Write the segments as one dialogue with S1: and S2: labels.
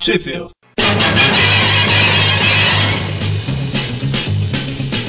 S1: Tipo.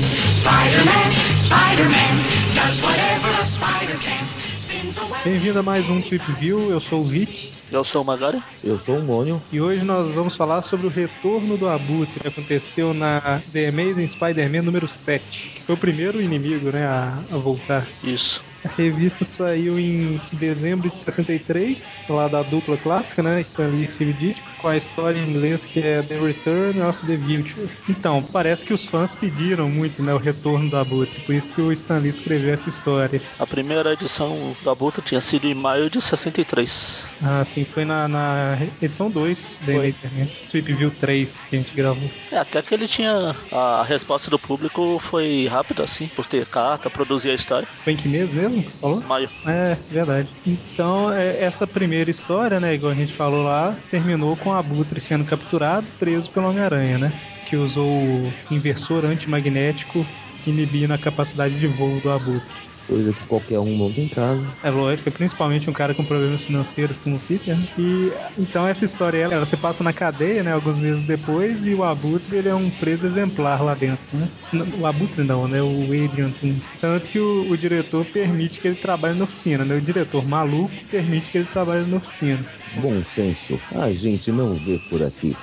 S2: Spider-Man, Spider-Man does whatever a spider can. Spins a web.
S3: Bem-vindo a mais um Trip View, eu sou o Rick
S4: Eu sou o Magari?
S5: Eu sou o Mônio.
S3: e hoje nós vamos falar sobre o retorno do Abutre que aconteceu na The Amazing Spider-Man número 7, que foi o primeiro inimigo né, a, a voltar.
S4: Isso.
S3: A revista saiu em dezembro de 63, lá da dupla clássica, né? Stan Lee e Steve Ditko, com a história em inglês que é The Return of the Vulture. Então, parece que os fãs pediram muito né, o retorno do Abutre, por isso que o Stan Lee escreveu essa história.
S4: A primeira edição da Buta tinha sido em maio de 63.
S3: Ah, sim, foi na, na edição 2 da
S4: Foi.
S3: internet, Trip View 3 que a gente gravou.
S4: É, até que ele tinha. A resposta do público foi rápida, assim, por ter carta, produzir a história.
S3: Foi em que mês mesmo que você falou?
S4: Maio.
S3: É, verdade. Então, é, essa primeira história, né, igual a gente falou lá, terminou com o Abutre sendo capturado, preso pelo Homem-Aranha, né? Que usou o inversor antimagnético inibindo a capacidade de voo do Abutre.
S5: Coisa que qualquer um monta em casa.
S3: É lógico, é principalmente um cara com problemas financeiros como o Peter. né? E então essa história ela, ela se passa na cadeia, né? Alguns meses depois, e o Abutre ele é um preso exemplar lá dentro, né? N- O Abutre não, né? O Adrian Toomes. Tanto que o, o diretor permite que ele trabalhe na oficina, né? O diretor maluco permite que ele trabalhe na oficina.
S5: Bom senso. A gente não vê por aqui.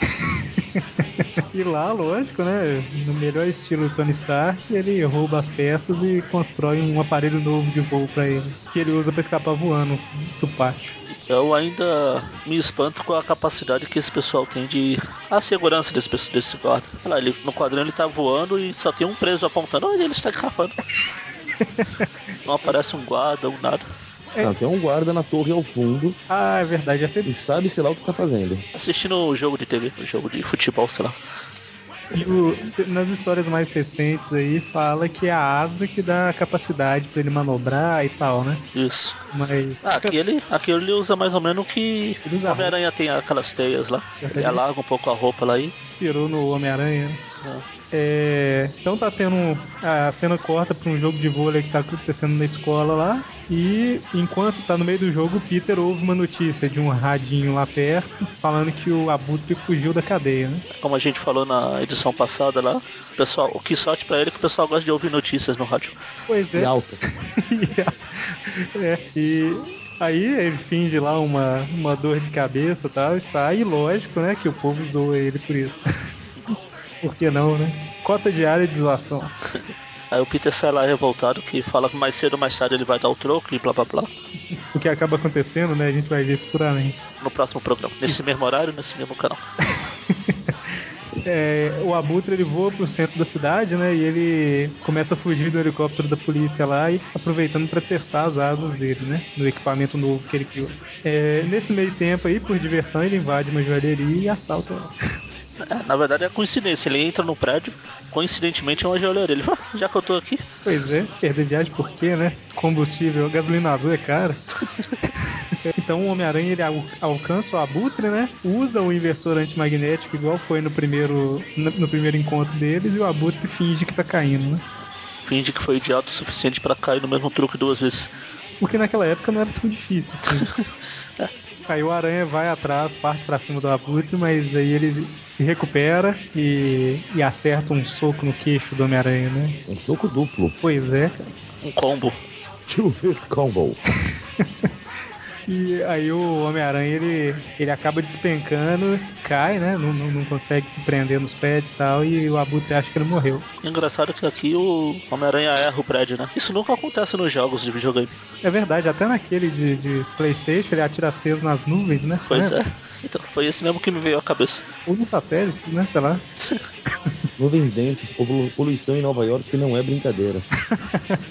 S3: E lá, lógico, né? No melhor estilo Tony Stark, ele rouba as peças e constrói um aparelho novo de voo pra ele, que ele usa pra escapar voando do pátio.
S4: Eu ainda me espanto com a capacidade que esse pessoal tem de. A segurança desse, pe- desse quadro. Olha lá, ele, no quadrinho ele tá voando e só tem um preso apontando. Olha, ele está escapando. Não aparece um guarda ou nada.
S3: É.
S5: Não, tem um guarda na torre ao fundo
S3: Ah, é verdade, essa é
S5: e sabe sei lá o que tá fazendo.
S4: Assistindo o jogo de TV, o jogo de futebol, sei lá.
S3: E o- nas histórias mais recentes aí fala que é a asa que dá a capacidade pra ele manobrar e tal, né?
S4: Isso.
S3: Mas
S4: Ah, aqui ele, aqui ele usa mais ou menos o que
S3: Ele usa
S4: o Homem-Aranha tem aquelas teias lá.
S3: Já
S4: Ele
S3: tá
S4: alarga um pouco a roupa lá aí.
S3: inspirou no Homem-Aranha. né?
S4: Ah,
S3: É, então tá tendo um- a cena corta pra um jogo de vôlei que tá acontecendo na escola lá. E enquanto tá no meio do jogo, o Peter ouve uma notícia de um radinho lá perto falando que o Abutre fugiu da cadeia, né?
S4: Como a gente falou na edição passada lá, o pessoal, o que sorte pra ele é que o pessoal gosta de ouvir notícias no rádio.
S3: Pois é.
S5: E alto.
S3: é, e aí ele finge lá uma, uma dor de cabeça e tal, e sai, e lógico, né, que o povo zoa ele por isso. por que não, né? Cota diária de zoação.
S4: Aí o Peter sai lá revoltado que fala que mais cedo ou mais tarde ele vai dar o troco e blá blá blá.
S3: O que acaba acontecendo, né, a gente vai ver futuramente.
S4: No próximo programa. Nesse mesmo horário, nesse mesmo canal.
S3: É, o Abutre, ele voa pro centro da cidade, né, e ele começa a fugir do helicóptero da polícia lá, e aproveitando pra testar as asas dele, né, no equipamento novo que ele criou. É, nesse meio tempo aí, por diversão, ele invade uma joalheria e assalta ela.
S4: É, na verdade é coincidência, ele entra no prédio, coincidentemente é uma joalheria. Ele fala, "Ah, já que eu tô aqui,
S3: Pois é, perder viagem por quê, né? Combustível, gasolina azul é cara. então o Homem-Aranha ele al- alcança o Abutre, né? Usa o inversor antimagnético igual foi no primeiro no, no primeiro encontro deles e o Abutre finge que tá caindo, né?
S4: finge que foi idiota o suficiente pra cair no mesmo truque duas vezes.
S3: O que naquela época não era tão difícil, assim. Aí o Aranha vai atrás, parte pra cima do Abutre, mas aí ele se recupera e, e acerta um soco no queixo do Homem-Aranha, né?
S5: Um soco duplo.
S3: Pois é, cara.
S4: Um combo.
S5: Two hit combo.
S3: E aí o Homem-Aranha ele, ele acaba despencando, cai, né? Não, não, não consegue se prender nos pés e tal, e o Abutre acha que ele morreu.
S4: Engraçado que aqui o Homem-Aranha erra o prédio, né? Isso nunca acontece nos jogos de videogame.
S3: É verdade, até naquele de, de Playstation ele atira as teias nas nuvens, né?
S4: Pois é. Então, foi esse mesmo que me veio à cabeça.
S3: Ou nos satélites, né? Sei lá.
S5: Nuvens densas, polu- poluição em Nova York que não é brincadeira.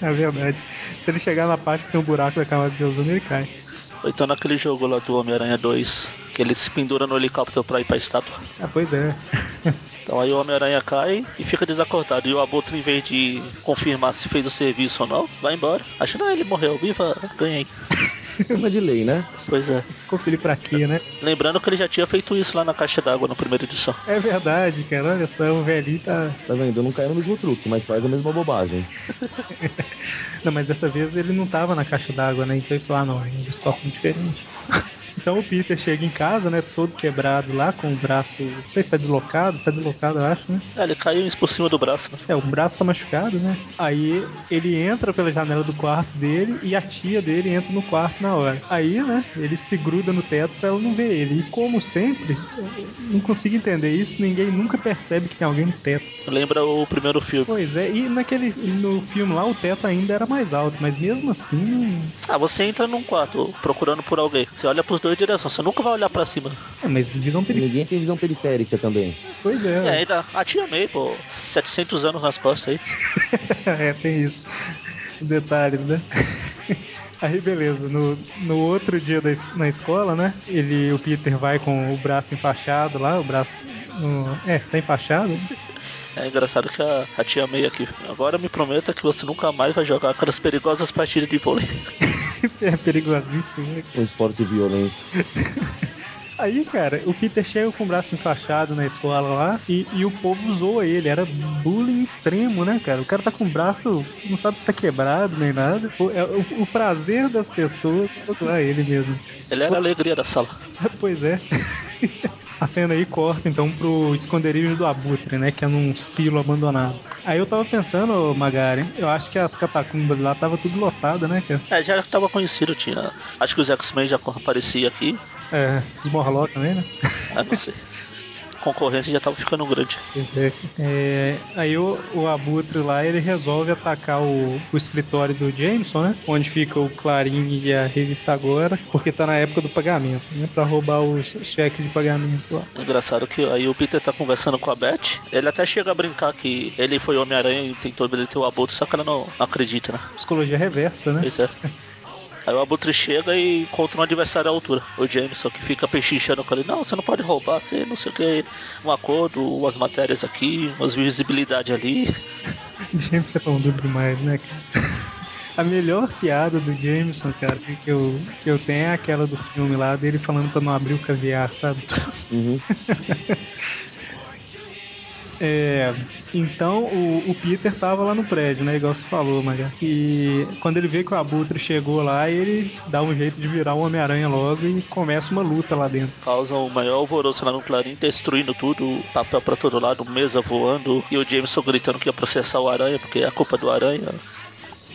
S3: É verdade. Se ele chegar na parte que tem um buraco da camada de ozônio, ele cai.
S4: Ou então naquele jogo lá do Homem-Aranha 2, que ele se pendura no helicóptero pra ir pra estátua.
S3: Ah, pois é.
S4: Então aí o Homem-Aranha cai e fica desacordado. E o Abutre, em vez de confirmar se fez o serviço ou não, vai embora. Achando, ah, ele morreu, viva, ganhei.
S5: Uma de lei, né?
S4: Pois é.
S3: Confere pra quê, né?
S4: Lembrando que ele já tinha feito isso lá na caixa d'água na primeira edição.
S3: É verdade, cara. Olha só, o velhinho tá.
S5: Tá vendo? Não caiu no mesmo truque, mas faz a mesma bobagem.
S3: Não, mas dessa vez ele não tava na caixa d'água, né? Então ele falou, ah, não, é um distorção diferente. Então o Peter chega em casa, né? Todo quebrado lá, com o braço. Não sei se tá deslocado, tá deslocado, eu acho, né?
S4: É, ele caiu isso por cima do braço, né?
S3: É, o braço tá machucado, né? Aí ele entra pela janela do quarto dele e a tia dele entra no quarto na hora. Aí, né, ele se gruda no teto pra ela não ver ele. E como sempre, eu não consigo entender isso, ninguém nunca percebe que tem alguém no teto.
S4: Lembra o primeiro filme.
S3: Pois é, e naquele no filme lá o teto ainda era mais alto, mas mesmo assim não-
S4: Ah, você entra num quarto procurando por alguém. Você olha pros dois direções, você nunca vai olhar pra cima.
S3: É, mas visão periférica,
S5: Ninguém tem visão periférica também.
S3: pois
S4: E
S3: é.
S4: ainda, a tia May, pô, 700 anos nas costas aí.
S3: É, tem isso. Os detalhes, né? Aí beleza, no, no outro dia da, es- na escola, né? Ele, o Peter vai com o braço enfaixado lá, o braço. no- é, tá enfaixado.
S4: É engraçado que a, a tia May aqui. Agora me prometa que você nunca mais vai jogar aquelas perigosas partidas de vôlei.
S3: É perigosíssimo, né?
S5: Um esporte violento.
S3: Aí, cara, o Peter chega com o braço enfaixado na escola lá e, e o povo zoa ele. Era bullying extremo, né, cara? O cara tá com o braço, não sabe se tá quebrado nem nada. O, é o- o prazer das pessoas é zoar ele mesmo.
S4: Ele era a alegria da sala.
S3: Pois é. A cena aí corta então pro esconderijo do Abutre, né? Que é num silo abandonado. Aí eu tava pensando, ô, Magari, eu acho que as catacumbas lá tava tudo lotada, né, cara?
S4: É, já tava conhecido, tinha. Acho que os X-Men já aparecia aqui.
S3: É, os Morlocks também, né?
S4: Ah, não sei. A concorrência já tava ficando grande.
S3: É, aí o, o Abutre lá, ele resolve atacar o, o escritório do Jameson, né? Onde fica o Clarim e a revista agora, porque tá na época do pagamento, né? Pra roubar os cheques de pagamento lá.
S4: É Engraçado que aí o Peter tá conversando com a Beth. Ele até chega a brincar que ele foi Homem-Aranha e tentou deter o Abutre, só que ela não, não acredita, né?
S3: Psicologia reversa, né?
S4: Pois é. Aí o Abutre chega e encontra um adversário à altura. O Jameson que fica pechinchando com ele. Não, você não pode roubar, você não sei o que. Um acordo, umas matérias aqui, umas visibilidade ali.
S3: Jameson é tão duro demais, né, cara? A melhor piada do Jameson, cara, que eu, que eu tenho é aquela do filme lá, dele falando pra não abrir o caviar, sabe?
S5: Uhum.
S3: É, então o, o Peter tava lá no prédio, né? Igual você falou, Maga. E quando ele vê que o Abutre chegou lá, ele dá um jeito de virar o Homem-Aranha logo e começa uma luta lá dentro.
S4: Causam o maior alvoroço lá no Clarim, destruindo tudo, papel pra todo lado, mesa voando. E o Jameson gritando que ia processar o Aranha, porque é a culpa do Aranha.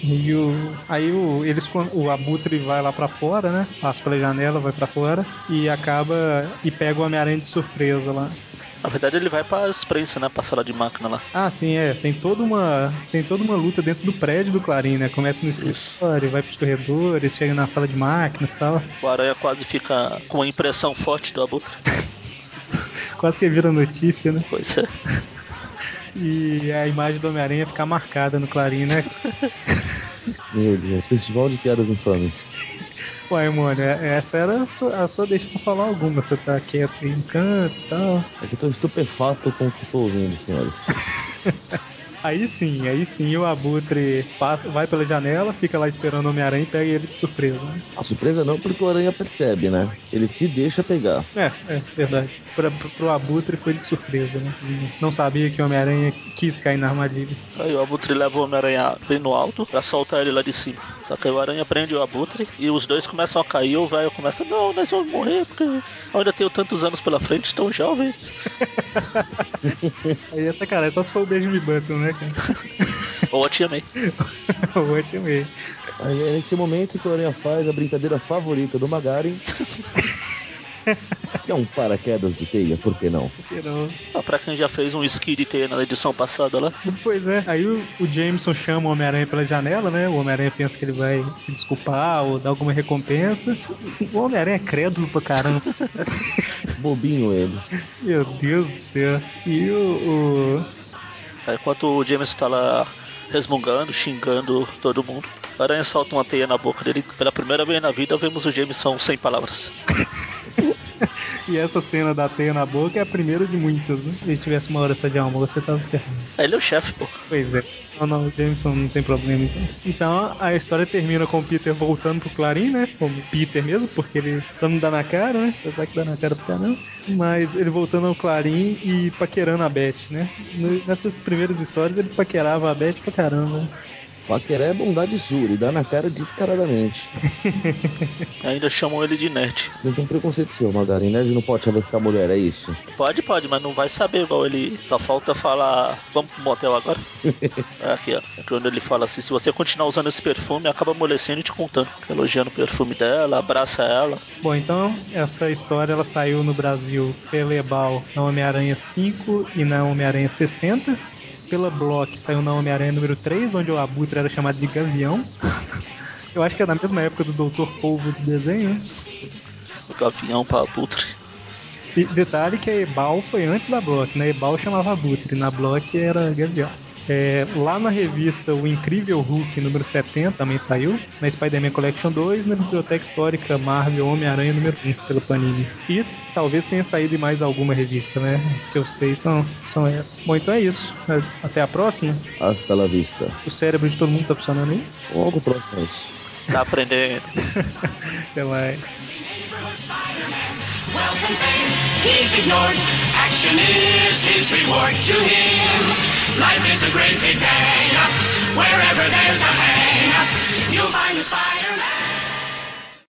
S3: E o, aí o, eles, con- o Abutre vai lá pra fora, né? Passa pela janela, vai pra fora e acaba e pega o Homem-Aranha de surpresa lá.
S4: Na verdade ele vai pra exprensa, né? Pra sala de máquina lá.
S3: Ah, sim, é. Tem toda uma, tem toda uma luta dentro do prédio do Clarim, né? Começa no escritório, vai pros corredores, chega na sala de máquinas e tal.
S4: O Aranha quase fica com uma impressão forte do Abutre.
S3: Quase que vira notícia, né?
S4: Pois é.
S3: E a imagem do Homem-Aranha ficar marcada no Clarim, né?
S5: Meu Deus, festival de piadas infames.
S3: Ué, mano, essa era a sua, a sua deixa pra falar alguma. Você tá quieto aí no canto e tal.
S5: É que eu tô estupefato com o que estou ouvindo, senhores.
S3: Aí sim, aí sim o Abutre passa, vai pela janela, fica lá esperando o Homem-Aranha e pega ele de surpresa, né?
S5: A surpresa não, porque o aranha percebe, né? Ele se deixa pegar.
S3: É, é verdade. Pra, pro, pro Abutre foi de surpresa, né? Ele Não sabia que o Homem-Aranha quis cair na armadilha.
S4: Aí o Abutre leva o Homem-Aranha bem no alto pra soltar ele lá de cima. Só que aí o Aranha prende o Abutre e os dois começam a cair. O velho começa, não, nós vamos morrer porque eu ainda tenho tantos anos pela frente, tão jovem.
S3: Aí essa cara, é só se for o Benjamin Button, né, cara?
S4: Ou a Tia May.
S3: Eu amei.
S5: Aí é nesse momento que o aranha faz a brincadeira favorita do Magaren. que é um paraquedas de teia, por que não?
S3: Por que não?
S4: Ah, pra quem já fez um ski de teia na edição passada lá.
S3: Pois é, aí o, o Jameson chama o Homem-Aranha pela janela, né? O Homem-Aranha pensa que ele vai se desculpar ou dar alguma recompensa. O Homem-Aranha é crédulo pra caramba.
S5: Bobinho ele.
S3: Meu Deus do céu. E o. o-
S4: Aí é, enquanto o James tá lá resmungando, xingando todo mundo, o Aranha solta uma teia na boca dele. Pela primeira vez na vida vemos o Jameson sem palavras.
S3: E essa cena da teia na boca é a primeira de muitas, né? Se ele tivesse uma hora só de almoço, você tava ferrado.
S4: Aí ele é o chefe, pô.
S3: Pois é. Não, não, o Jameson não tem problema então. Então a história termina com o Peter voltando pro Clarim, né? Como Peter mesmo, porque ele pra não dar na cara, né? Apesar que dá na cara pro caramba. Mas ele voltando ao Clarim e paquerando a Beth, né? No- Nessas primeiras histórias ele paquerava a Beth pra caramba.
S5: Paqueré é bondade sua, ele dá na cara descaradamente.
S4: Ainda chamam ele de nerd.
S5: Sente um preconceito seu, Magari. Nerd não pode saber ficar mulher, é isso.
S4: Pode, pode, mas não vai saber igual ele. Só falta falar. Vamos pro motel agora? É, Aqui, ó. Quando ele fala assim: se você continuar usando esse perfume, acaba amolecendo e te contando. Elogiando o perfume dela, abraça ela.
S3: Bom, então essa história ela saiu no Brasil pela Ebal na Homem-Aranha 5 e na Homem-Aranha 60. Pela Block saiu na Homem-Aranha número 3, onde o Abutre era chamado de Gavião. Eu acho que é na mesma época do Doutor Polvo do desenho. né?
S4: O gavião pra abutre.
S3: E detalhe que a Ebal foi antes da Block, né? A Ebal chamava Abutre, na Block era Gavião. É, lá na revista O Incrível Hulk número 70 também saiu, na Spider-Man Collection 2, na Biblioteca Histórica Marvel Homem-Aranha número 1 pelo Panini. E talvez tenha saído em mais alguma revista, né? As que eu sei são, são essas. Bom, então é isso. Até a próxima.
S5: Hasta la vista.
S3: O cérebro de todo mundo tá funcionando aí?
S5: Logo próximo a isso.
S4: Tá aprendendo.
S3: Até mais.
S2: neighborhood Spider-Man. Welcome fame, he's ignored. Action is his reward to him. Life is a great big hang-up. Wherever there's a hang-up, you'll find a Spider-Man.